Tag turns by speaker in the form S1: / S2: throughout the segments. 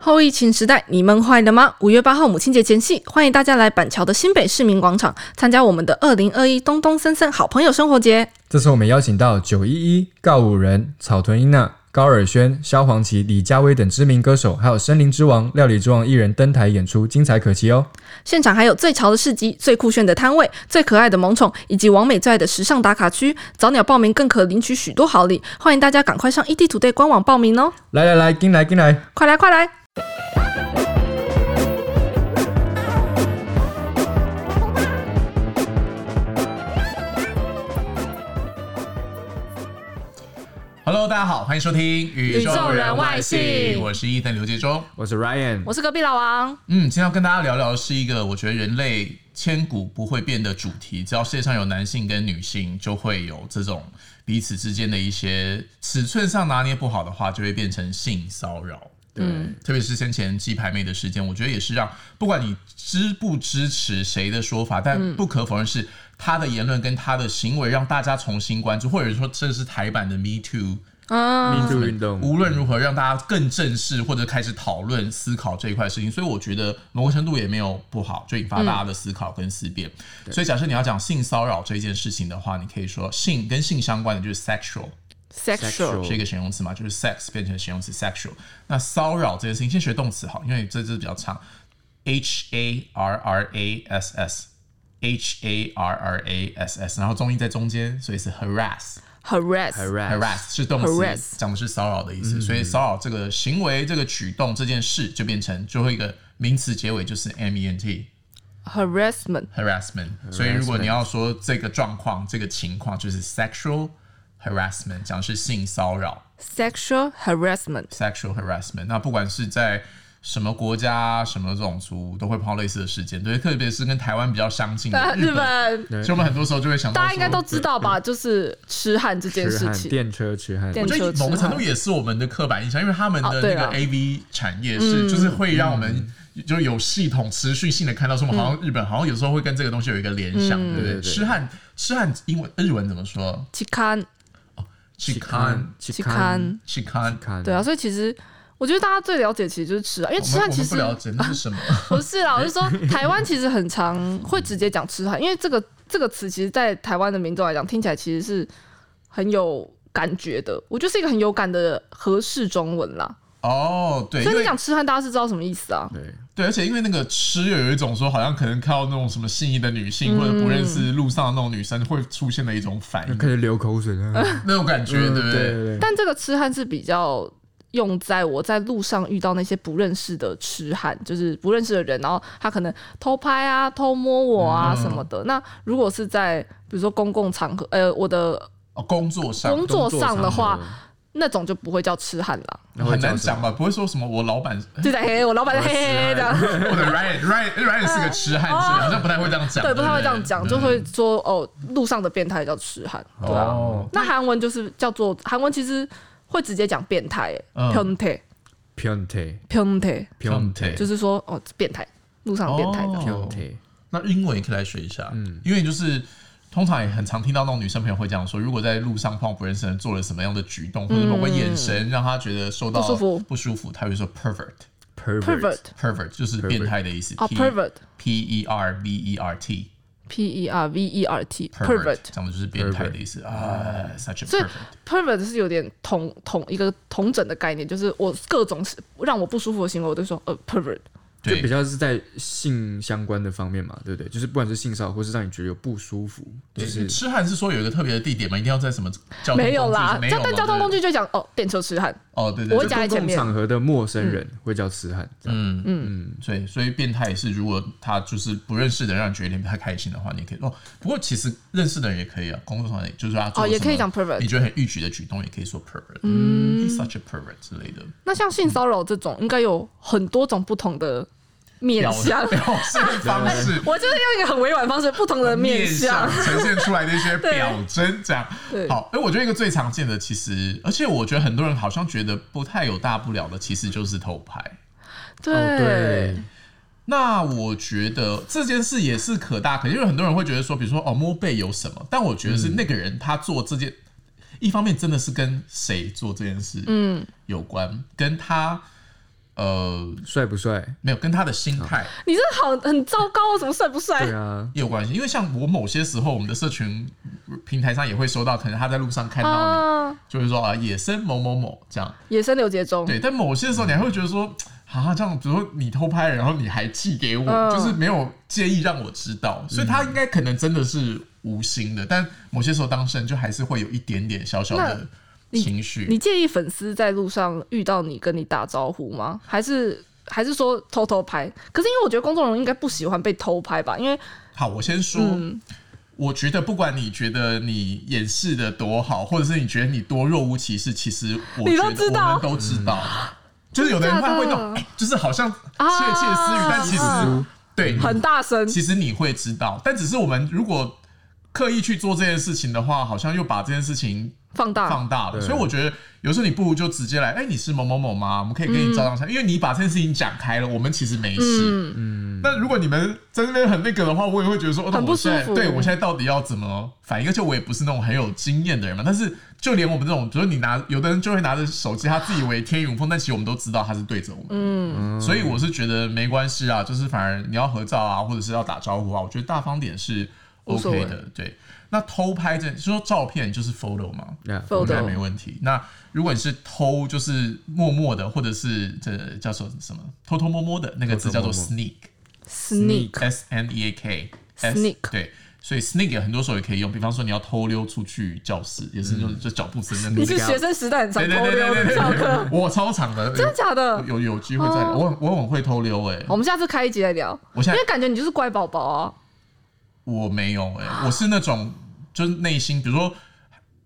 S1: 后疫情时代，你闷坏了吗？五月八号母亲节前夕，欢迎大家来板桥的新北市民广场参加我们的二零二一东东森森好朋友生活节。
S2: 这次我们邀请到九一一、告五人、草屯英娜、高尔宣、萧煌奇、李佳薇等知名歌手，还有森林之王、料理之王艺人登台演出，精彩可期哦！
S1: 现场还有最潮的市集、最酷炫的摊位、最可爱的萌宠，以及王美最爱的时尚打卡区。早鸟报名更可领取许多好礼，欢迎大家赶快上 ET 土队官网报名哦！
S2: 来来来，进来进来，
S1: 快来快来！
S3: Hello，大家好，欢迎收听《宇
S1: 宙人外星
S3: 我是伊藤刘杰忠。
S2: 我是 Ryan，
S1: 我是隔壁老王，
S3: 嗯，今天要跟大家聊聊的是一个我觉得人类千古不会变的主题，只要世界上有男性跟女性，就会有这种彼此之间的一些尺寸上拿捏不好的话，就会变成性骚扰。
S2: 对
S3: 特别是先前鸡排妹的事件，我觉得也是让不管你支不支持谁的说法，但不可否认是她的言论跟她的行为让大家重新关注，或者说这是台版的 Me Too。
S1: 嗯，
S2: 民主运动，
S3: 无论如何让大家更正视或者开始讨论思考这一块事情，所以我觉得某个程度也没有不好，就引发大家的思考跟思辨。所以假设你要讲性骚扰这件事情的话，你可以说性跟性相关的就是 sexual
S1: sexual，
S2: Sexual
S1: 嗯
S3: 是一个形容词嘛，就是 sex 变成形容词 sexual。那骚扰这件事情，先学动词好，因为这字比较长，h a r r a s s。H A R R A S S，然后中音在中间，所以是 harass。
S1: harass，
S2: harass，
S3: harass 是动
S1: Harass
S3: 词，讲的是骚扰的意思，所以骚扰这个行为、这个举动、这件事就变成最后一个名词结尾就是 m e n t
S1: harassment，
S3: harassment。所以如果你要说这个状况、这个情况，就是 sexual harassment，讲的是性骚扰
S1: sexual harassment，
S3: （sexual harassment）。那不管是在什么国家、啊什么种族，都会碰到类似的事件，对，特别是跟台湾比较相近
S1: 呃
S2: 嗯
S3: 的
S1: 日
S3: 日本，
S1: 本
S3: 所以我们很多时候就会想到说，
S1: 大家应该都知道吧？就是痴汉这件
S2: 痴
S1: 事
S2: 汉
S1: 情，
S2: 电车痴汉，
S1: 电
S3: 我觉得
S1: 车
S3: 某个
S1: 痴汉
S3: 程度也是我们的刻板印象，因为他们
S1: 啊嗯
S3: 的
S1: 对
S3: 那
S1: 啦
S3: 个 AV 产业是，就是会让我们
S2: 嗯
S3: 就有系统、持续性的看到说，我们好像日本好像有时候会跟这个东西有一个联想，对
S2: 嗯
S3: 不
S2: 对对
S3: 对？
S2: 对
S3: 痴汉，痴汉英文日文怎么说
S1: 去看
S3: 嗯
S2: 痴汉，
S1: 去看，
S3: ？chikan，chikan，
S2: 看，
S1: 对啊，，所以其实我觉得大家最了解其实就是痴汉，因为
S3: 我
S1: 痴汉
S3: 们我
S1: 其
S3: 们不
S1: 实啊
S3: 了解那是什么，
S1: 不是啦，我是说台湾其实很常会直接讲痴汉，因为这个这个词其实，在台湾的民众来讲，听起来其实是很有感觉的，我觉得是一个很有感的合适中文啦。
S3: 哦，对，
S1: 所以
S3: 因
S1: 你
S3: 为
S1: 讲痴汉，大家是知道什么意思啊？
S2: 对，
S3: 对，而且因为那个吃又有一种说，好像可能看到那种什么心仪的女
S1: 嗯
S3: 性或者不认识路上的那种女生会出现的一种反
S2: 就
S3: 应，
S2: 开始流口水了，
S3: 那种感觉，
S2: 嗯
S3: 对不对？
S2: 对对，
S1: 但这个痴汉是比较用在我在路上遇到那些不认识的痴汉，就是不认识的人，然后他可能偷拍啊、偷摸我啊
S3: 嗯
S1: 什么的。那如果是在比如说公共场合，呃，我的
S3: 哦，工作上，
S1: 工作上的话
S2: 工作，上
S1: 那种就不会叫痴汉啦，
S2: 那会
S3: 很
S2: 叫
S3: 难
S2: 什么
S3: 讲吧？不会说什么我老板
S1: 就在嘿，我老板在嘿嘿嘿这样，
S3: 我的 Ryan Ryan Ryan 是个痴汉之类，好像不太会这样
S1: 嗯
S3: 讲，
S1: 哦对，不太会
S3: 对
S1: 这样讲，
S2: 嗯
S1: 就会说哦，路上的变态叫痴汉，对啊。
S3: 哦，
S1: 那韩文就是叫做韩文，其实会直接讲变态、欸，
S3: 嗯
S1: 变态，
S2: ，pionte
S1: 变态。
S3: 啊
S2: pionte
S1: 就是说哦，变态，路上变态的。
S3: 哦
S2: pionte，
S3: 那英文也可以来学一下，嗯，因为就是。通常也很常听到那种女生朋友会这样说：如果在路上碰到不认识的人做了什么样的举动，或者某个眼神让她觉得受到
S1: 不舒服
S3: 不舒服，她会说 pervert，pervert
S1: pervert
S3: 就是变态的意思。
S1: 哦
S3: P-
S1: ，pervert，p
S3: P E R V E R T
S1: e r v e r t，pervert
S3: pervert，讲的就是变态的意思啊，such a
S1: 所以
S3: pervert。
S1: pervert 是有点同同一个同整的概念，就是我各种让我不舒服的行为，我都说呃 pervert。
S2: 就比
S3: 对
S2: 较是在性相关的方面嘛，对不对？就是不管是性骚扰，或是让你觉得有不舒服，就
S3: 对，
S2: 是
S3: 痴汉是说有一个特别的地点吗？一定要在什么交通工具？
S1: 没有啦，
S3: 哦没有
S1: 交
S3: 嘛
S1: 但交通
S3: 对
S1: 工具就讲哦，电车痴汉。
S3: 哦，对对，
S1: 我
S3: 对
S1: 会夹在
S2: 公
S1: 前
S2: 共
S1: 面
S2: 场合的陌生人会叫痴汉，这样
S3: 嗯嗯，所以所以变态也是，如果他就是不认识的人，让你觉得有点不太开心的话，你也可以哦。不过其实认识的人也可以啊，工作上也就是他做
S1: 哦，
S3: 了
S1: 也
S3: 什
S1: 可以
S3: 么
S1: 讲 pervert
S3: 你。觉得很逾矩的举动，也可以说 pervert，嗯，he's such a pervert 之类的
S1: 那像性骚扰这种，应该有很多种不同的面
S3: 表
S1: 相。。
S3: 表现方式
S1: 我就是用一个很委婉的方式，不同的面
S3: 相
S1: 相。
S3: 呈现出来的一些
S1: 对
S3: 表征，这样
S1: 对
S3: 好。哎，我觉得一个最常见的，其实，而且我觉得很多人好像觉得不太有大不了的，其实就是偷拍。
S2: 哦
S1: 对，
S3: 那我觉得这件事也是可大可小，因为很多人会觉得说，比如说哦摸背有什么，但我觉得是那个人他做这件，一方面真的是跟谁做这件事嗯有关，跟他呃，
S2: 帅不帅？
S3: 没有跟他的心态
S1: 你这好很糟糕啊，怎么帅不帅
S2: 对？啊，
S3: 也有关系。因为像我某些时候，我们的社群平台上也会收到，可能他在路上看到你，
S1: 啊，
S3: 就是说啊，野生某某某这样。
S1: 野生刘杰忠，
S3: 对，但某些时候
S1: 嗯
S3: 你还会觉得说，啊，这样，比如说你偷拍，然后你还寄给我，
S1: 嗯
S3: 就是没有介意让我知道，所以他应该可能真的是无心
S1: 嗯
S3: 的，但某些时候当事人就还是会有一点点小小的情绪。
S1: 你介意粉丝在路上遇到你跟你打招呼吗？还是还是说偷偷拍？可是因为我觉得公众人物应该不喜欢被偷拍吧，因为
S3: 好，我先说。
S1: 嗯
S3: 我觉得，不管你觉得你掩饰的多好，或者是你觉得你多若无其事，其实我
S1: 你
S3: 觉
S1: 都
S3: 得
S1: 知道
S3: 我们都知道，就是有的人
S1: 真的假
S3: 他
S1: 的
S3: 会那种，哎就是好像窃
S1: 啊
S3: 窃私语，但其实
S1: 嗯
S3: 对你
S1: 很大 声，
S3: 其实你会知道，但只是我们如果刻意去做这件事情的话，好像又把这件事情
S1: 放大，
S3: 放大了。
S2: 对
S3: 所以我觉得有时候你不如就直接来，哎、你是某某某吗？我们可以跟你照张相，因为你把这件事情讲开了，我们其实没事。
S1: 嗯，
S3: 那、如果你们在那边很那个的话，我也会觉得说，哦那
S1: 很不
S3: 我现在
S1: 舒服
S3: 对我现在到底要怎么反应？而且我也不是那种很有经验的人嘛。但是就连我们这种，比如你拿有的人就会拿着手机，他自以为天衣无缝，但其实我们都知道他是对着我们。
S1: 嗯
S3: 所以我是觉得没关系啊，就是反而你要合照啊，或者是要打招呼啊，我觉得大方点是
S1: 无所
S3: OK
S1: 谓
S3: 的。对，那偷拍这，说照片就是 photo 嘛，
S2: Yeah，
S1: Photo
S3: 我觉得没问题。那如果你是偷，就是默默的，或者是这叫做什么偷偷摸摸的那个字叫做
S2: 偷偷
S3: sneak，S
S1: sneak
S3: N E A K
S1: Sneak
S3: 对。所以 sneak 有很多时候也可以用，比方说你要偷溜出去教室，也是用就脚步声的那
S1: 嗯你
S3: 个。
S1: 是学生时代很常
S3: 对
S1: 偷
S3: 对对
S1: 溜
S3: 对对
S1: 上
S3: 对
S1: 课，
S3: 对，我超长的，
S1: 真的假的？哦
S3: 有有机会再聊。我很我很会偷溜哎、
S1: 我们下次开一集来聊，
S3: 我现
S1: 因
S3: 在
S1: 为感觉你就是乖宝宝啊，
S3: 我没有哎、我是那种就是内心，比如说，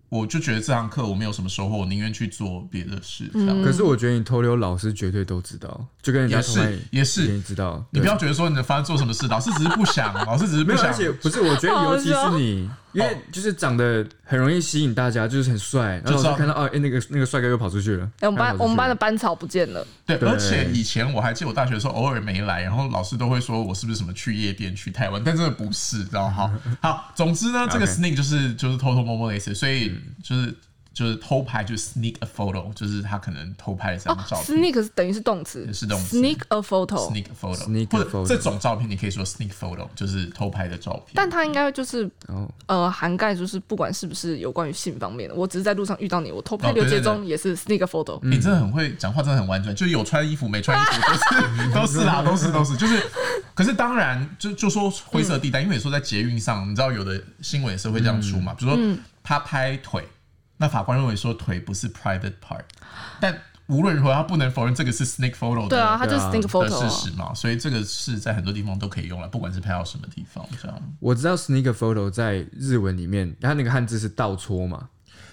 S3: 我就觉得这堂课我没有什么收获，我宁愿去做别的事。这
S1: 嗯
S3: 样、
S2: 可是我觉得你偷溜，老师绝对都知道，就跟人家
S3: 也
S2: 同班
S3: 是也是
S2: 你，知道，
S3: 你不
S2: 对
S3: 要觉得说你的发生做什么事，老师只是不 想，老师只是
S2: 没
S3: 不
S2: 有，而
S3: 想。
S2: 且不是，我觉得尤其是你，因为就是长得很容易吸引大家，就是很帅，然后
S3: 就知道
S2: 老师看到哦，哎，那个那个帅哥又跑出去了，
S1: 哎，我们班
S2: 他又跑出去了
S1: 我们班的班草不见了，
S3: 对，
S2: 对
S3: 而且以前我还记得我大学的时候偶尔没来，然后老师都会说我是不是什么去夜店去台湾，但真的不是，知 道吗好好，总之呢，这个
S2: OK 嗯
S3: sneak 就是就是偷偷摸摸的意思，所以就是就是偷拍，就是 sneak a photo，就是他可能偷拍了这
S1: 哦
S3: 张照片。
S1: ，sneak 是等于是动词
S3: 是动词
S1: 哦，sneak a photo，
S3: sneak photo，
S2: Sneak
S3: 或
S2: photo
S3: 者这种照片你可以说 sneak photo，就是偷拍的照片。
S1: 但它应该就是
S2: 哦，
S1: 呃涵盖就是不管是不是有关于性方面的，我只是在路上遇到你，我偷拍
S3: 哦
S1: 刘
S3: 对嗯对
S1: 杰
S3: 对
S1: 忠也是 sneak a photo，
S3: 你、真的很会讲话，真的很婉转，就有穿衣服没穿衣服都是都是啦，都是都是， 就是。可是当然，就就说灰色地带，因为有时候在捷运上，你知道有的新闻也是会这样出
S1: 嗯
S3: 嘛，比如说他拍腿，那法官认为说腿不是 private part，但无论如何他不能否认这个是 sneak photo
S1: 对啊，
S3: 的
S1: 它就是
S2: 对啊
S1: sneak
S3: 的
S1: photo，
S3: 事
S1: 啊
S3: 实嘛，所以这个是在很多地方都可以用了，不管是拍到什么地方这样。
S2: 我知道 sneaker photo 在日文里面，它那个汉字是倒戳嘛，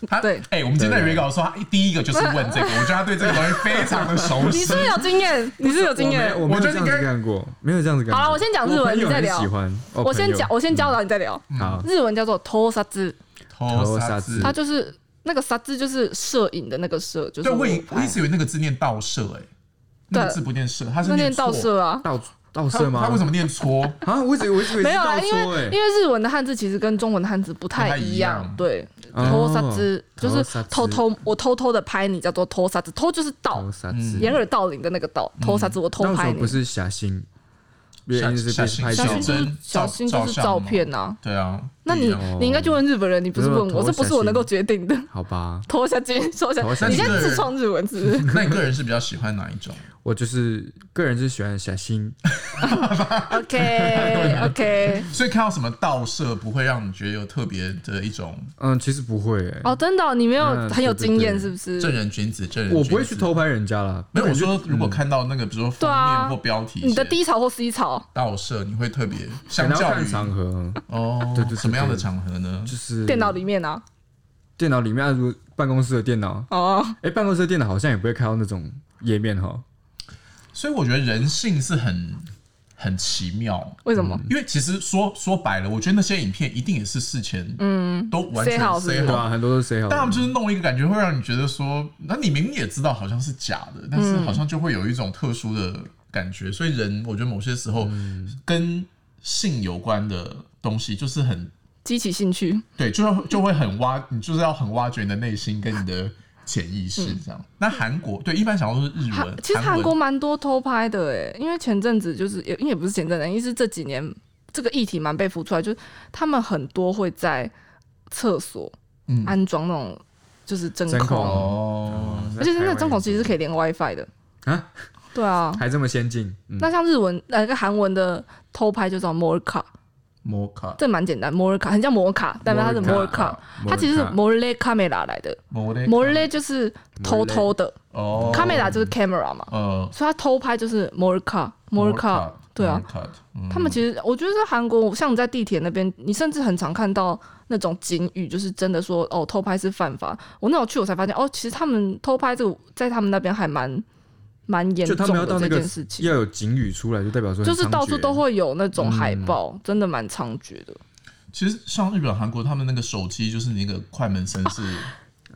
S3: 他
S1: 对
S3: 哎、我们今天在
S2: 对
S3: r e g a 说他第一个就是问这个，我觉得他对这个东西非常的熟
S1: 你
S3: 悉
S1: 是。不是有经验？你是不是有经验？
S2: 我没有我没
S3: 我觉
S2: 有这
S3: 得应
S2: 样
S3: 该
S2: 子干过，没有这样子干过。
S1: 好了我先讲日文
S2: 我朋友
S1: 你再
S2: 很
S1: 聊
S2: 喜欢，哦
S1: 我先
S2: 朋友
S1: 讲，我嗯先教导你再聊。
S2: 好，
S1: 日文叫做偷沙字，
S3: 偷
S2: 杀
S3: 杀
S2: 字
S3: 字
S1: 它，就是那个沙字就是摄影的那个摄，就是
S3: 对我以
S1: 拍
S3: 我一直以为
S2: 哎
S3: 那个字念倒射、哎，那个字不念射，他是
S1: 那念倒
S3: 错，
S1: 摄啊，
S2: 倒倒
S3: 他
S2: 射吗？
S3: 他为什么念 搓？
S2: 啊？我一直我一直以为
S1: 没
S2: 是
S1: 有
S2: 倒
S1: 啦，因为
S2: 戳哎
S1: 因，为日文的汉字其实跟中文的汉字不
S3: 不
S1: 太
S3: 太一
S1: 一
S3: 样
S1: 样，对，
S2: 哦
S1: 偷沙字就是
S2: 偷沙字
S1: 偷偷我偷偷的拍你，叫做偷沙字，偷就是盗
S2: 倒，啥
S3: 嗯
S2: 字？
S1: 掩耳盗铃的那个盗，偷沙字我偷
S2: 那时
S1: 拍
S2: 候
S1: 你
S2: 不，是侠心，别
S3: 侠
S2: 人是
S3: 侠
S2: 被
S3: 心
S2: 拍
S1: 小
S2: 照
S1: 心就
S3: 照
S1: 是
S3: 片
S1: 小心就
S3: 照
S1: 是
S3: 照相
S1: 照
S3: 嘛
S1: 片呐。
S3: 对啊，
S1: 那你
S3: 不一样
S1: 你应该去问日本人，你不是问
S2: 没有
S1: 我，
S2: 偷
S1: 这不是我能够决定的。
S2: 好吧，
S1: 偷下去，偷下
S2: 偷
S1: 去，
S2: 下
S1: 你
S2: 去
S1: 现在自创日文字，
S3: 那你个人是比较喜欢哪一种？
S2: 我就是个人是喜欢侠心，
S1: OK OK，
S3: 所以看到什么倒射不会让你觉得有特别的一种
S2: 嗯，其实不会哎、
S1: 哦，真的哦、你没有
S2: 嗯
S1: 很有
S2: 对对
S1: 经验
S2: 对
S1: 是不是？
S3: 正人君子，正人
S2: 我
S3: 君子
S2: 不会去。偷拍人家啦，
S3: 没有，我
S2: 我就
S3: 说如果看到那个，比如说
S1: 对
S3: 封
S1: 啊
S3: 面或标题，
S1: 你的低潮或 C 潮，
S3: 倒射，你会特别
S2: 可
S3: 相
S2: 能要
S3: 较
S2: 看
S3: 于
S2: 场合，
S3: 哦，
S2: 对对对
S3: 什么样的
S2: 对
S3: 场合呢？
S2: 就是
S1: 电脑里面啊，
S2: 电脑里面，啊如办公室的电脑，
S1: 哦，
S2: 哎、办公室的电脑好像也不会开到那种页面哈，
S3: 所以我觉得人性是很很奇妙，
S1: 为什么？
S3: 因为其实说说白了，我觉得那些影片一定也是事前嗯都完全
S1: say 好是不是
S3: say
S2: 对
S3: 好
S2: 吧、，很多都是 say 好的，
S3: 但他们就是弄一个感觉，会让你觉得说，那你明明也知道好像是假的，但是好像就会有一种特殊的感觉。所以人，我觉得某些时候
S1: 嗯
S3: 跟性有关的东西，就是很
S1: 激起兴趣，
S3: 对，就会就会很挖，你就是要很挖掘你的内心跟你的潜意识这样。那韩国对一般想到都是日
S1: 韩
S3: 文，
S1: 嗯其实韩
S3: 文
S1: 国蛮多偷拍的诶，因为前阵子就是也因为也不是前阵子，因为是这几年这个议题蛮被浮出来，就是他们很多会在厕所
S3: 嗯
S1: 安装那种就是针
S2: 针孔
S1: 孔，
S3: 哦，
S1: 而且那个针孔其实是可
S2: 以
S1: 以连 WiFi 的。
S2: 啊，
S1: 对啊，
S2: 还这么先进，嗯，
S1: 那像日文呃跟韩文的偷拍就叫 m o r c a
S3: 摩卡
S1: 这蛮简单 m o r c a 很像摩卡，但是它是 m o r c a
S2: 啊
S1: 它其实是 m o r l e camera 来的
S3: 摩勒
S1: m o r l e 就是偷偷的
S3: 哦
S1: camera 就是 camera 嘛，
S3: 呃
S1: 所以它偷拍就是 m o r c a m o r c a 对啊，
S3: 摩卡嗯
S1: 他们其实，我觉得在韩国，像你在地铁那边，你甚至很常看到那种警语，就是真的说哦，偷拍是犯法。我那时候去，我才发现哦，其实他们偷拍这个在他们那边还蛮蛮严
S2: 就
S1: 重
S2: 他们要
S1: 的
S2: 到那
S1: 这
S2: 个
S1: 件事情，
S2: 要有警语出来，就代表说很
S1: 就是到
S2: 猖
S1: 处
S2: 獗
S1: 都会有那种海报，真的蛮猖獗的。
S3: 其实像日本、韩国，他们那个手机就是那个快门声 是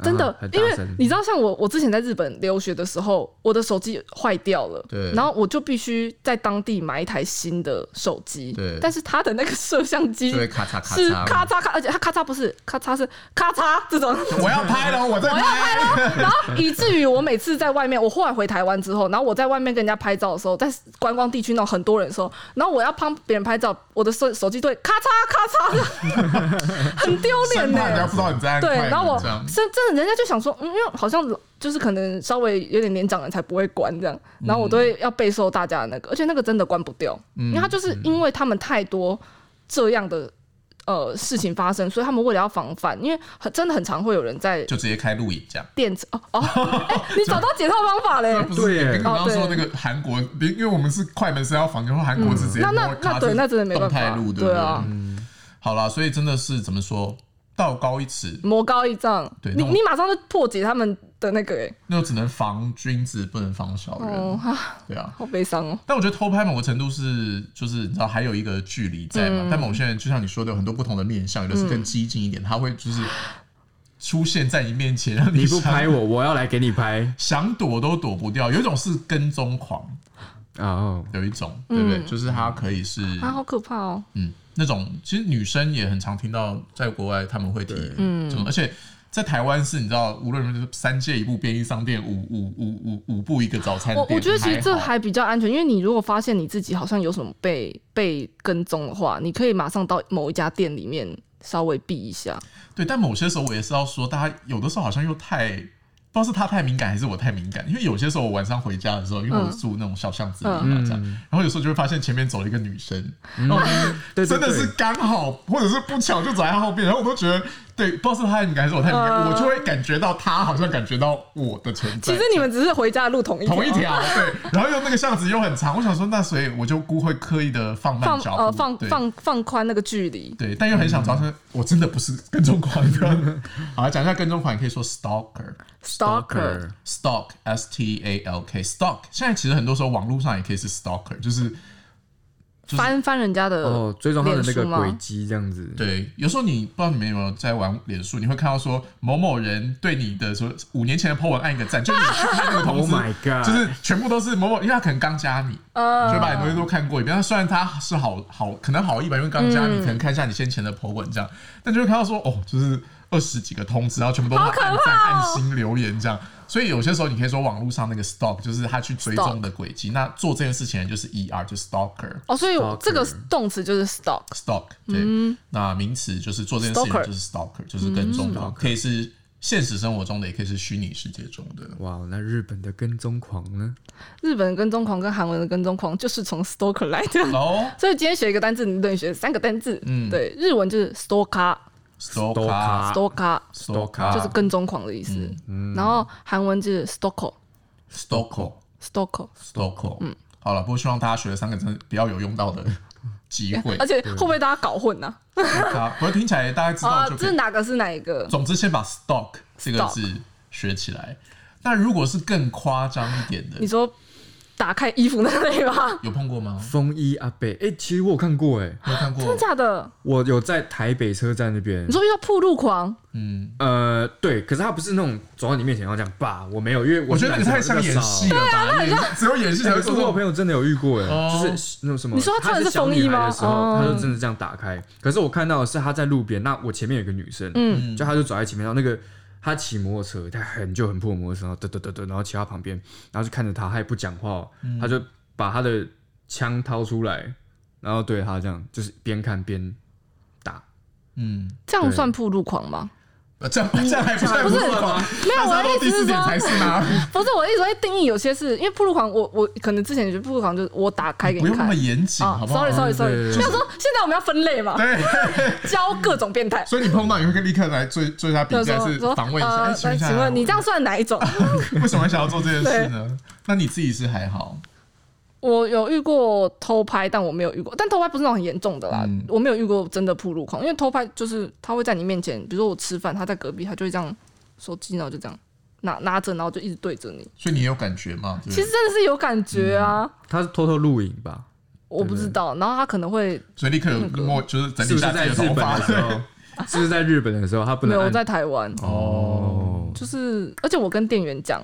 S1: 真的
S2: 啊，很大
S1: 因为
S2: 声
S1: 你知道，像我我之前在日本留学的时候，我的手机坏掉了，
S3: 对
S1: 然后我就必须在当地买一台新的手机，
S3: 对
S1: 但是它的那个摄像机
S3: 就会咔嚓咔
S1: 是咔
S3: 嚓。
S1: 嚓咔，而且它咔嚓不是咔嚓是咔嚓这 种，
S3: 我要拍了，我在拍。
S1: 然后以至于我每次在外面，我后来回台湾之后，然后我在外面跟人家拍照的时候，在观光地区那种很多人的时候，然后我要帮别人拍照，我的手手机对咔嚓咔嚓的， 很丢脸
S3: 生怕人家
S1: 呢
S3: 不。知道你在按
S1: 对
S3: 快，门
S1: 然后我
S3: 这样
S1: 真真的人家就想说，嗯，因为好像就是可能稍微有点年长人才不会关这样，然后我都
S3: 嗯
S1: 会要备受大家的那个，而且那个真的关不掉，因为他就是
S3: 嗯
S1: 因为他们太多这样的呃事情发生，所以他们为了要防范，因为很真的很常会有人在
S3: 就直接开录影这样。
S1: 电车哦哦，哎、你找到解套方法嘞？
S3: 不
S2: 对
S3: 是
S2: 耶
S3: 跟你刚刚说
S1: 哦
S3: 那
S1: 对
S3: 个韩国，因为我们是快门声要防，然后韩国是直接
S1: 那那
S3: 摩卡
S1: 那哦对，
S3: 是
S1: 那真的没办
S3: 动态
S1: 法
S3: 录，，
S1: 对
S3: 不嗯
S1: 啊，
S3: 好啦，所以真的是怎么说，道高一尺，
S1: 魔高一丈，
S3: 对
S1: 你
S3: 那我
S1: 你马上就破解他们的那个哎、
S3: 那就只能防君子，不能防小
S1: 哦
S3: 人，
S1: 哈，
S3: 对啊。
S1: 好悲伤哦，
S3: 但我觉得偷拍某个程度是，就是你知道还有一个距离在
S1: 嗯
S3: 嘛。但某些人就像你说的，有很多不同的面相，有的是更激进一点，他会就是出现在你面前，让
S2: 你不
S3: 想
S2: 拍我，我要来给你拍
S3: 想躲都躲不掉。有一种是跟踪狂，
S2: 啊哦，
S3: 有一种对不对？
S1: 嗯
S3: 就是他可以是
S1: 啊，好可怕哦，
S3: 嗯，那种其实女生也很常听到，在国外他们会提嗯，这种，而且在台湾是，你知道，无论如何就是三界一步便利商店，五五五五五步一个早餐
S1: 我
S3: 店。
S1: 我觉得其实这
S3: 还好
S1: 还比较安全，因为你如果发现你自己好像有什么被被跟踪的话，你可以马上到某一家店里面稍微避一下。
S3: 对，但某些时候我也是要说，大家有的时候好像又太，不知道是他太敏感还是我太敏感，因为有些时候我晚上回家的时候，因为我
S1: 嗯
S3: 住那种小巷子里嘛，这样，然后有时候就会发现前面走了一个女生，然后我就
S2: 嗯 对，对
S3: 真的
S2: 对
S3: 是刚好，或者是不巧就走在他后边，然后我都觉得，对，不知道是他敏感还是我太敏感，
S1: 嗯
S3: 我就会感觉到他好像感觉到我的存在。
S1: 其实你们只是回家的路同一条
S3: 同一条，对，然后又那个巷子又很长，我想说，那所以我就故会刻意的放慢
S1: 放
S3: 脚步，
S1: 呃放
S3: 对
S1: 放放宽那个距离，
S3: 对，但又很想知道
S2: 嗯
S3: 说，我真的不是跟踪狂。 好，讲一下跟踪狂，也可以说 stalker，stalk
S1: stalker，
S3: s t a l k，stalk。现在其实很多时候网络上也可以是 stalker，就是是
S1: 翻翻人家的
S2: 哦，追踪他的那
S1: 脸
S2: 个
S1: 书吗
S2: 轨迹这样子，
S3: 对，有时候你不知道你们有没有在玩脸书，你会看到说某某人对你的说五年前的 po 文按一个赞，就是你去看那个通
S2: Oh
S3: 知
S2: my
S1: 哎
S2: god
S3: 就是全部都是某某，因为他可能刚加你，
S1: 呃
S3: 你就把你东西都看过一遍。但虽然他是好好，可能好意吧，因为刚加
S1: 嗯
S3: 你，可能看一下你先前的 po 文这样，但就会看到说哦，就是二十几个通知，然后全部都是
S1: 好可
S3: 按赞、
S1: 怕哦
S3: 按心、留言这样。所以有些时候你可以说网络上那个 stalk 就是他去追踪的轨迹。那做这件事情的人就是 er，就是 stalker。
S1: 哦，所以我
S2: Stalker
S1: 这个动词就是 stalk。
S3: stalk，对，那名词就是做这件事情
S1: 嗯 Stalker 嗯
S3: 就是 stalker，就是跟踪狂，可以是现实生活中的，也可以是虚拟世界中的。
S2: 哇，那日本的跟踪狂呢？
S1: 日本的跟踪狂跟韩文的跟踪狂就是从 stalker 来的。
S3: 哦
S1: 所以今天学一个单字，你等于学三个单字。
S3: 嗯啊
S1: 对，日文就是 stalker，stalker、
S3: ，stalker，
S2: Stalker
S3: 啊
S1: 就是跟踪狂的意思。
S3: 嗯
S1: 然后韩文就是 stalker，stalker。
S3: stalker，stalker，嗯，好了，不过希望大家学了三个真的比较有用到的机 会
S1: 而，且会不会大家搞混呢、
S3: 啊不过听起来大家知
S1: 啊
S3: 道？就可
S1: 这
S3: 以。
S1: 哪个是哪一个？
S3: 总之，先把 stalk 这个
S1: Stalk
S3: 字学起来。那如果是更夸张一点的
S1: 你，说打开衣服那类吗？
S3: 有碰过吗？
S2: 风衣阿北，哎，其实我有看过，哎，
S3: 没有看
S1: 啊真的
S3: 过，
S1: 假的？
S2: 我有在台北车站那边
S1: 你，说遇到铺路狂，
S3: 嗯，
S2: 呃，对，可是他不是那种走到你面前然后讲爸，我没有，因为
S3: 我
S2: 我
S3: 觉
S2: 是
S3: 得那
S2: 男
S3: 个
S2: 生
S3: 太像
S2: 比较
S3: 演
S2: 少哎
S3: 戏
S1: 啊
S3: 了吧，演戏只有演戏才
S2: 可
S3: 会
S2: 是
S3: 做
S2: 我
S3: 这
S2: 有
S3: 种
S2: 朋友真的有遇过哎，
S3: 哦
S2: 就是那种什么，
S1: 你说他
S2: 她
S1: 穿的
S2: 是
S1: 是风衣吗
S2: 小女孩的时候，
S1: 哦
S2: 他就真的这样打开。可是我看到的是他在路边，那我前面有一个女生，
S1: 嗯
S2: 就她就走在前面，然后那个他骑摩托车，他很旧很破的摩托车，然后嘚嘚嘚嘚，然后骑到旁边，然后就看着他，他也不讲话哦、
S3: 嗯
S2: 他就把他的枪掏出来，然后对他这样，就是边看边打。
S3: 嗯，
S1: 这样
S2: 对
S1: 算铺路狂吗？
S3: 呃这样这样还不算
S1: 不是
S3: 吗？
S1: 没有
S3: 那
S1: 我的
S3: 到
S1: 意思
S3: 第
S1: 是
S3: 四点
S1: 说
S3: 才是吗？
S1: 不是我的意思说，定义有些是因为铺路狂，我我可能之前也觉得铺路狂就是我打开给
S3: 不
S1: 你
S3: 用那
S1: 看
S3: 么严谨，
S1: 啊
S3: 好不好嗯
S1: ，sorry sorry
S2: 对
S1: sorry，
S2: 对
S1: 没
S2: 对
S1: 有说现在我们要分类嘛，
S3: 对，
S1: 教各种变 态。
S3: 所以你碰到你会立刻来追追他比
S1: 就是
S3: 赛，
S1: 说
S3: 是
S1: 说
S3: 访问一下。哎
S1: 呃，
S3: 请问一下
S1: 请问你这样算哪一种？
S3: 为什么想要做这件事呢？那你自己是还好，
S1: 我有遇过偷拍，但我没有遇过。但偷拍不是那种很严重的啦，
S3: 嗯
S1: 我没有遇过真的铺路狂，因为偷拍就是他会在你面前，比如说我吃饭，他在隔壁，他就会这样手机，然后就这样拿拿着，然后就一直对着你。
S3: 所以你也有感觉吗？
S2: 嗯
S3: 对不对
S1: 其实真的是有感觉啊，
S2: 他是偷偷录影吧？
S1: 我不知道。然后他可能会
S3: 所以立刻有
S1: 嗯
S3: 默，就是整
S2: 是
S3: 理
S2: 不
S3: 一
S2: 是
S3: 下
S2: 在
S3: 自
S2: 日
S3: 己头
S2: 本
S3: 发
S2: 的。时候？ 是不是在日本的时候他不
S1: 没
S2: 能
S1: 有我
S2: 按？
S1: 在台湾，
S2: 哦，
S1: 就是而且我跟店员讲。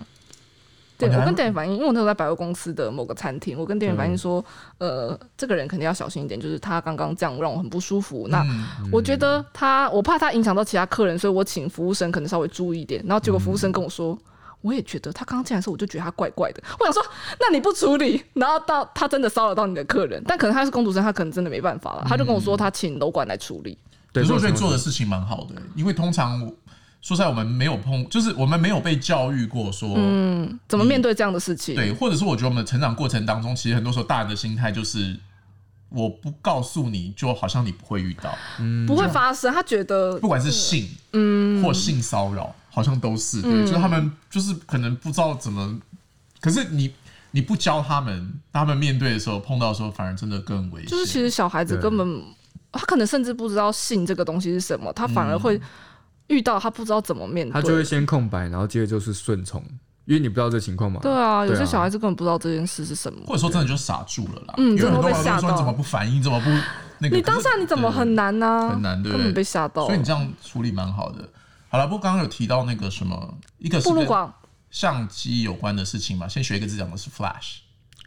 S1: 对，
S3: 哦你还
S1: 我跟店员反映，因为我那时候在百货公司的某个餐厅，我跟店员反
S2: 嗯
S1: 映说，呃，这个人肯定要小心一点，就是他刚刚这样让我很不舒服。那
S3: 嗯
S1: 我觉得他，我怕他影响到其他客人，所以我请服务生可能稍微注意一点。然后结果服务生跟我说，我也觉得他刚刚进来的时候，我就觉得他怪怪的。我想说，那你不处理，然后到他真的骚扰到你的客人，但可能他是工读生，他可能真的没办
S2: 嗯
S1: 法了，他就跟我说他请楼管来处理。
S2: 对
S3: 可是我觉得
S2: 这种
S3: 做的事情蛮好的、因为通常我说实在，我们没有碰，就是我们没有被教育过说，
S1: 嗯，怎么面对这样的事情？
S3: 对，或者是我觉得我们的成长过程当中，其实很多时候大人的心态就是。我不告诉你，就好像你不会遇到，
S2: 嗯
S1: 不会发生。他觉得
S3: 不管是性，嗯，或性骚扰，好像都是，
S1: 嗯
S3: 对，就是他们就是可能不知道怎么，可是你你不教他们，他们面对的时候碰到的时候，反而真的更危险。
S1: 就是其实小孩子
S2: 对
S1: 根本他可能甚至不知道性这个东西是什么，他反而会遇到他不知道怎么面对。
S2: 嗯他就会先空白，然后接着就是顺从，因为你不知道这情况嘛。
S1: 对啊，有
S2: 对
S1: 些
S2: 啊
S1: 小孩子根本不知道这件事是什么。
S3: 或者说真的就傻住了啦。
S1: 嗯
S3: 有
S1: 真的
S3: 很多
S1: 会
S3: 人
S1: 吓
S3: 都说
S1: 到
S3: 你怎么不反应，怎么不那 个？
S1: 你当下
S3: 可是
S1: 你怎么
S3: 对
S1: 很难呢、
S3: 很难对不对
S1: 根本被吓到
S3: 所以。你这样处理蛮好的。好了，不过刚刚有提到那个什么，一个是
S1: 布鲁
S3: 跟
S1: 广
S3: 相机有关的事情嘛，先学一个字讲的是 flash。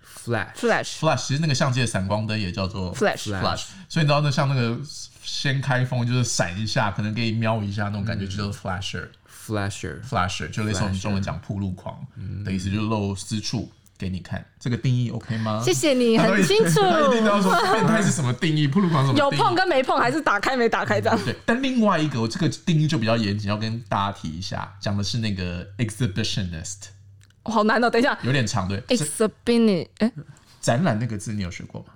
S2: ，flash，
S1: flash
S3: flash 其实那个相机的闪光灯也叫做
S1: Flash
S3: flash，所以你知道那像那个先开封就是闪一下，可能给你瞄一下那种感觉，就叫做 flasher。
S2: flasher，
S3: flasher 就类似我们中文讲铺路狂的意思，就是露私处给你看。这个定义 OK 吗？
S1: 谢谢你，
S3: 他都
S1: 很
S3: 一
S1: 清楚。
S3: 他一定都要说变态是什么定义，铺路狂是什么定
S1: 有
S3: 义
S1: 碰跟没碰，还是打开没打开 这样？
S3: 对，但另外一个，我这个定义就比较严谨，要跟大家提一下，讲的是那个 exhibitionist，
S1: 哦好难哦，等一下
S3: 有点长，对，这
S1: ，exhibit，哎，
S3: 展览那个字你有学过吗？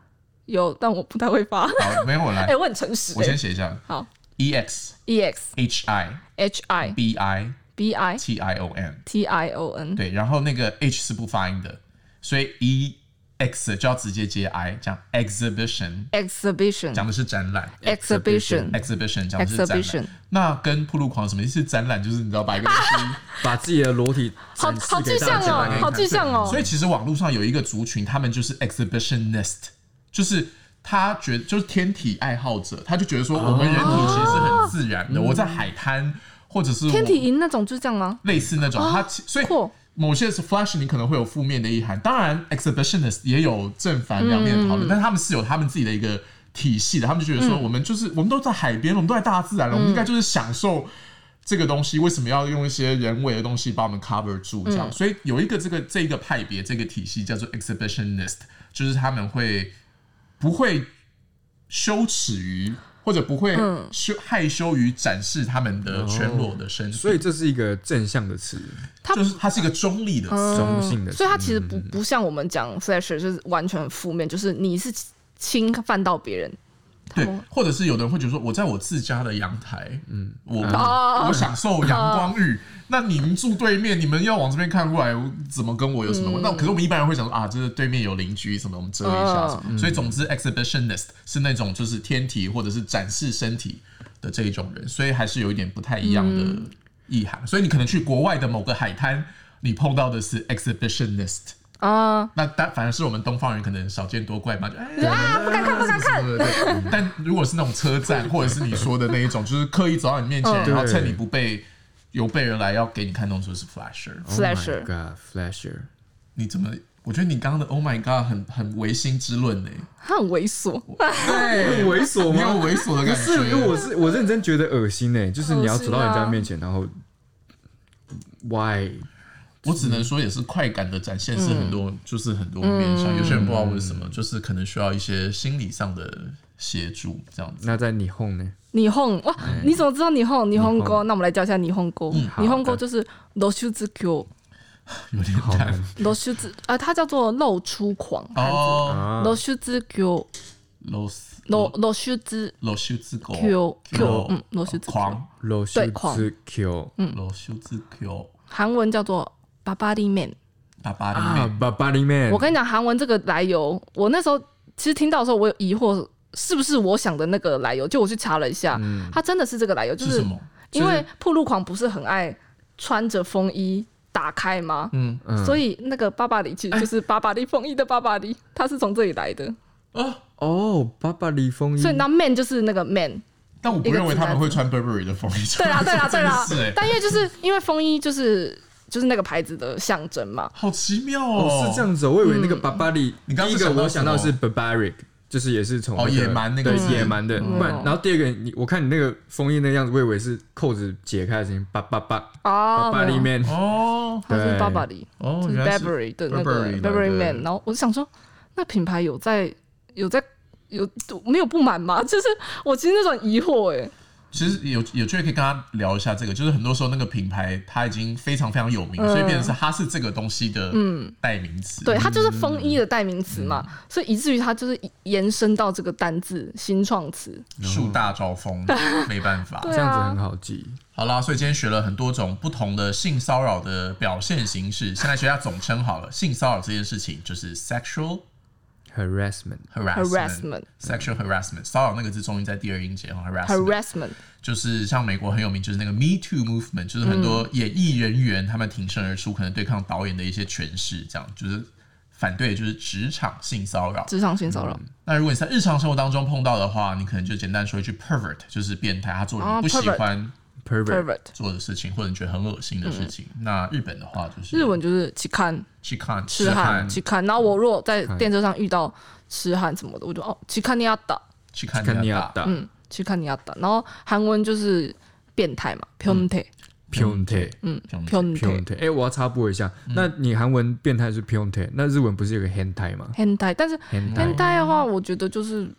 S1: 有，但我不太会发。
S3: 好，没有我来
S1: 哎，，我很诚实
S3: 我。先写一下
S1: 好
S3: ，e x
S1: ，e x
S3: h i
S1: h i
S3: b i
S1: b i
S3: t i o n，
S1: t i o n，
S3: 对，然后那个 h 是不发音的，所以 e x 就要直接接 i，讲 exhibition，讲的是展览。
S1: exhibition，exhibition，
S3: exhibition 讲的是展
S1: Exhibition
S3: 览，那跟铺路狂有什么意思？展览就是你知道把一个东西
S2: 把自己的裸体
S1: 好
S2: 展示
S1: 好具
S2: 给
S1: 象
S2: 大家
S1: 啊哦，好具象哦
S3: 所。以其实网络上有一个族群，他们就是 exhibitionist，就是他觉就是天体爱好者，他就觉得说我们人体其实是很自然的，我在海滩或者是
S1: 哦天体
S3: 我
S1: 营那种就是这样啊吗？
S3: 类似那种，他其所以
S1: 酷
S3: 某些是 flash，你可能会有负面的意涵。当然，exhibitionist 也有正反两面的讨
S2: 嗯
S3: 论，但他们是有他们自己的一个体系的，他们就觉得说我们就是我们都在海边，我们都在大自然了，我们应该就是享受。这个东西为什么要用一些人为的东西把我们 cover 住？这
S2: 嗯
S3: 样，所以有一个这个这一个派别这个体系叫做 exhibitionist，就是他们会不会羞耻于或者不会
S2: 嗯
S3: 羞、害羞于展示他们的全裸的身体，
S2: 所以这是一个正向的词，
S1: 它
S3: 就是它是一个中立的词。
S2: 中性的词。
S1: 嗯所以它其实
S3: 嗯
S1: 不不像我们讲 flash，就是完全负面，就是你是侵犯到别人。
S3: 对
S1: 哦，
S3: 或者是有的人会觉得说，我在我自家的阳台，嗯，我、
S1: 哦
S3: 我享受阳光浴。 那你们住对面，你们要往这边看过来，我怎么跟我有什么？那、可是我们一般人会想说啊，这是对面有邻居什么，我们遮一下什么。所以总之，exhibitionist 是那种就是天体或者是展示身体的这一种人，所以还是有一点不太一样的意涵。所以你可能去国外的某个海滩，你碰到的是 exhibitionist。
S1: 啊、
S3: 那但反而是我们东方人可能少见多怪嘛，就哎
S1: 啊，不敢看，不敢看。
S3: 对对对。但如果是那种车站，或者是你说的那一种，就是刻意走到你面前，
S1: 嗯
S3: 然后趁你不备，有备而来，要给你看东西，就是 flasher。
S2: Oh my
S1: Flasher
S2: God, flasher，
S3: 你怎么？我觉得你刚刚的 Oh my God 很很唯心之论呢、
S1: 他很猥琐，
S2: 对，猥琐
S3: 哎你有
S2: 吗？
S3: 猥琐的
S2: 不
S3: 感
S2: 是，因为
S3: 觉。
S2: 欸我是我认真觉得恶心诶，就是你要走到人家面前，然后 why？
S3: 我只能说，也是快感的展现是很多，
S2: 嗯
S3: 就是很多面向。有些人不知道为什么，就是可能需要一些心理上的协助，这样子。
S2: 那在你后呢？
S1: 霓虹哇，你怎么知道霓虹？霓虹歌，
S2: 虹
S1: 那我们来教一下霓虹歌。
S2: 好
S1: 霓虹歌就是 no s h o z q
S3: 有点
S2: 好
S3: 难
S2: 难
S1: no s h o z 啊，它叫做露出狂汉字
S3: 哦。
S2: 啊
S1: no s h o z q
S3: low s-
S1: no no s h o z
S3: 老羞之狗
S1: q q
S3: 狗
S1: 嗯 no s h o z
S3: 狂
S2: l o s
S1: 对狂
S2: Q
S1: 嗯
S3: 老羞之狗
S1: 韩文叫做 babadi man。
S3: 爸爸里
S2: 啊
S3: 面，
S2: ，Body Man，
S1: 我跟你讲，韩文这个来由，我那时候其实听到的时候，我有疑惑，是不是我想的那个来由？就我去查了一下，它真的是这个来由，就是是
S3: 什么？
S1: 因为铺路狂不是很爱穿着风衣打开吗？
S3: 嗯
S1: 所以那个巴巴里其实就是巴巴里风衣的巴巴里，它是从这里来的。
S3: 啊，
S2: 哦，爸爸李风衣
S1: 所以那 man 就是那个 man。
S3: 但我不认为他们会穿 Burberry 的风衣。
S1: 对啊啦，对 啦，对啦
S3: 是。哎，
S1: 但因为就是欸因为风衣就是就是那个牌子的象征嘛。
S3: 好奇妙
S2: 哦
S3: 哦，
S2: 是这。样子哦，我以为
S1: 嗯
S2: 那个 Barbary，
S3: 你刚刚
S2: 第一
S3: 是
S2: 个
S3: 想到
S2: 我想到
S3: 什
S2: 是
S3: 么
S2: Barbaric，就是也是从
S3: 哦
S2: 个
S3: 野蛮那个
S2: 对
S3: 嗯字
S2: 野蛮的，不然然后第二个你我看你那个封印那个样子，我以为是扣子解开的声音，叭叭叭
S1: 啊
S2: 叭，叭里
S1: 没有
S2: 面
S3: 哦
S1: 它是
S2: 对
S1: 巴巴里。
S3: 哦，
S1: 就是
S3: 原来是
S1: Burberry 的那个
S3: Burberry 的
S1: Burberry
S3: 对
S1: Man，然后我就想说，那品牌有在有在有没有不满吗？ 就是我其实那种疑惑哎、
S3: 其实有有机会可以跟他聊一下这个，就是很多时候那个品牌它已经非常非常有名，所以变成是它是这个东西的代名词。
S1: 嗯对，它
S3: 嗯
S1: 就是风衣的代名词嘛，所以以至于它就是延伸到这个单字新创词。
S3: 树大招风，没办法。
S1: 对
S2: 这样子很好记，
S3: 好啦，所以今天学了很多种不同的性骚扰的表现形式，先来学一下总称好了。性骚扰这件事情就是 sexual
S2: harassment
S1: Harassment
S3: harassment。sexual harassment，骚扰那个字重音在第二音节哈，harassment
S1: Harassment，
S3: 就是像美国很有名，就是那个 Me Too movement，就是很多演艺人员他们挺身而出，可能对抗导演的一些诠释，这样就是反对就是职场性骚扰。
S1: 职场性骚扰。
S3: 那如果你在日常生活当中碰到的话，你可能就简单说一句 pervert，就是变态，他做
S1: 哦
S3: 你不喜
S1: pervert
S3: 欢
S2: pervert
S1: Pervert，
S3: 做的事情，或者你觉得很恶心的事情。那日本的话就是
S1: 嗯日文就是期刊
S3: 去看
S1: 痴汉
S3: 看
S1: 期刊。然后我如果在
S2: 嗯
S1: 电车上遇到痴汉什么的，我就哦期刊你要打，
S3: 去看
S2: 看你啊
S3: 你
S2: 要
S3: 要打
S2: 打
S1: 嗯，期刊你要打。然后韩文就是变态嘛 p u
S2: 嗯
S1: n t e
S2: p u n t e
S1: p u n
S2: p
S1: t
S2: u
S1: e
S2: n t
S3: 嗯
S2: e 哎，我要插播一下，那你韩文变态是 p u n t e 那日文不是有个 hentai 吗
S1: hentai，但是
S2: hentai
S1: hentai 的话，我觉得就是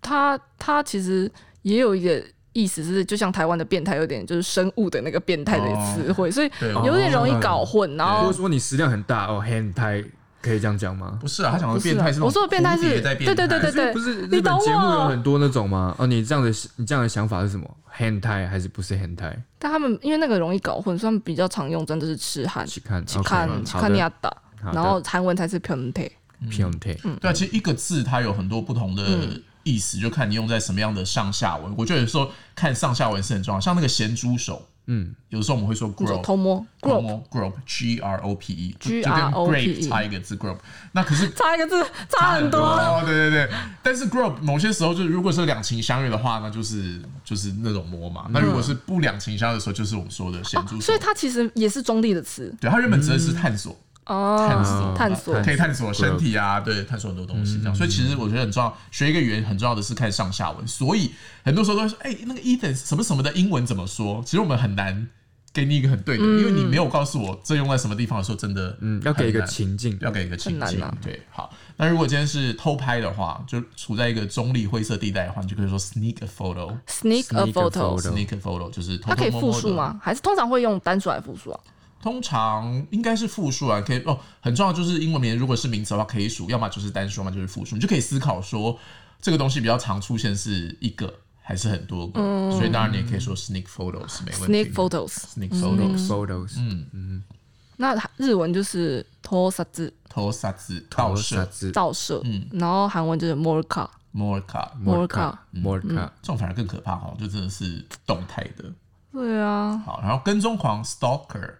S1: 它它其实也有一个意思是，就像台湾的变态有点就是生物的那个变态的词
S2: 哦
S1: 汇，所以
S3: 对
S1: 有点容易搞混。然
S2: 或
S1: 后
S2: 者说你食量很大哦，hentai 可以这样讲吗？
S3: 不是啊，他讲的
S1: 不是啊
S3: 变态是那种
S1: 我说的变态是
S3: 蝴蝶在变态
S1: 对对对对
S2: 可是不是
S1: 你
S2: 日
S1: 懂
S2: 本
S1: 我
S2: 节目有很多那种吗？哦，你这样的你这样的想法是什么？hentai 还是不是 hentai？
S1: 但他们因为那个容易搞混，所以他们比较常用真的是痴汉、
S2: 去看
S1: 去看、去
S2: 好
S1: 看尼
S2: 的
S1: 亚达，
S2: 好的
S1: 然后嗯韩文才是 p u n t e
S2: p u n t e
S3: 对啊，其实一个字它有很多不同的
S1: 嗯
S3: 意思，就看你用在什么样的上下文。我觉得有时候看上下文是很重要，像那个咸猪手，嗯，有时候我们会说
S1: 你说
S3: grope。
S1: 偷摸 group。
S3: group g r o p e 就
S1: G
S3: 就
S1: R
S3: 跟
S1: O P E
S3: grape 差一个字 group，那可是
S1: 差一个字，差很多。
S3: 哦，对对对。但是 group 某些时候就是如果是两情相悦的话，那就是就是那种摸嘛。那如果是不两情相悦的时候，就是我们说的咸猪手
S1: 嗯哦所以。它其实也是中立的词
S3: 对，它原本指的是探索，探索
S1: 哦
S3: 啊，
S1: 探索嗯
S3: 可以探索身体啊，对，探索很多东西这样。所以其实我觉得很重要，学一个语言很重要的是看上下文。所以很多时候都会说，哎、那个 Ethan 什么什么的英文怎么说？其实我们很难给你一个很对的，
S1: 嗯
S3: 因为你没有告诉我这用在什么地方的时候，真的
S2: 嗯，要给一个
S3: 很难
S2: 情境，
S3: 要给一个情
S1: 很
S3: 境。
S1: 难啊
S3: 对，好。那如果今天是偷拍的话，就处在一个中立灰色地带的话，你就可以说 sneak a photo。
S1: ，sneak a
S2: Sneak a
S1: photo，
S2: photo
S3: sneak a photo 就是偷
S1: 它可
S3: 偷
S1: 以
S3: 摸
S1: 复
S3: 摸
S1: 数
S3: 的。
S1: 吗？还是通常会用单数来复数啊？
S3: 通常应该是复数啊，可以哦。很重要就是英文名，如果是名词的话，可以数，要么就是单数，要么就是复数。你就可以思考说，这个东西比较常出现是一个还是很多个，
S1: 嗯
S3: 所以当然你也可以说 sneak photos 没问题。
S1: Snake photos，
S3: sneak
S1: 嗯
S3: photos
S2: 嗯 photos
S1: 那日文就是偷杀字
S3: 偷杀字
S2: 倒
S3: 盗
S2: 射
S3: 射
S2: 字
S1: 照射，
S3: 嗯
S1: 然后韩文就是 morka
S3: ，morca
S2: 摩
S1: morka，
S2: 卡摩卡
S3: 这种反而更可怕哦，就真的是动态的。
S1: 对啊
S3: 好，然后跟踪狂 stalker，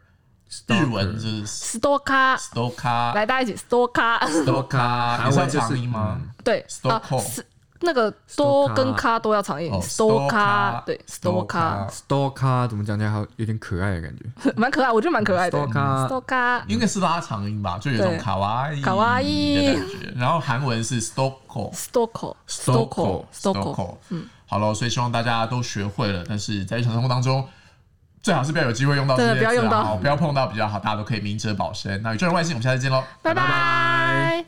S3: 日文就是
S1: ，stalker，
S3: stalker
S1: 来大家一起 stalker，
S3: stalker，
S2: 韩
S3: 你知道
S2: 文就是嗯
S3: 长音吗？
S1: 对啊
S3: Stalker，
S1: 是那个多跟咖都要常用
S3: 哦
S1: ，stalker，对
S3: stalker
S1: ，stalker，
S2: stalker 怎么讲起来好有点可爱的感觉
S1: 蛮可爱，我觉得蛮可爱的
S2: stalker
S1: ，stalker，
S3: 应该是拉长音吧，就有一
S1: 对
S3: 种卡哇伊
S1: 卡哇伊
S3: 的感觉。然后韩文是 stoko
S1: stalker，stalker，stalker，
S3: 嗯，好了，所以希望大家都学会了，但是在日常生活当中。最好是不要有机会用到这
S1: 真
S3: 些
S1: 的不
S3: 字、啊，
S1: 要用到
S3: 好不要碰到比较好，大家都可以明哲保身。那宇宙人外星，我们下次见喽，
S1: 拜拜。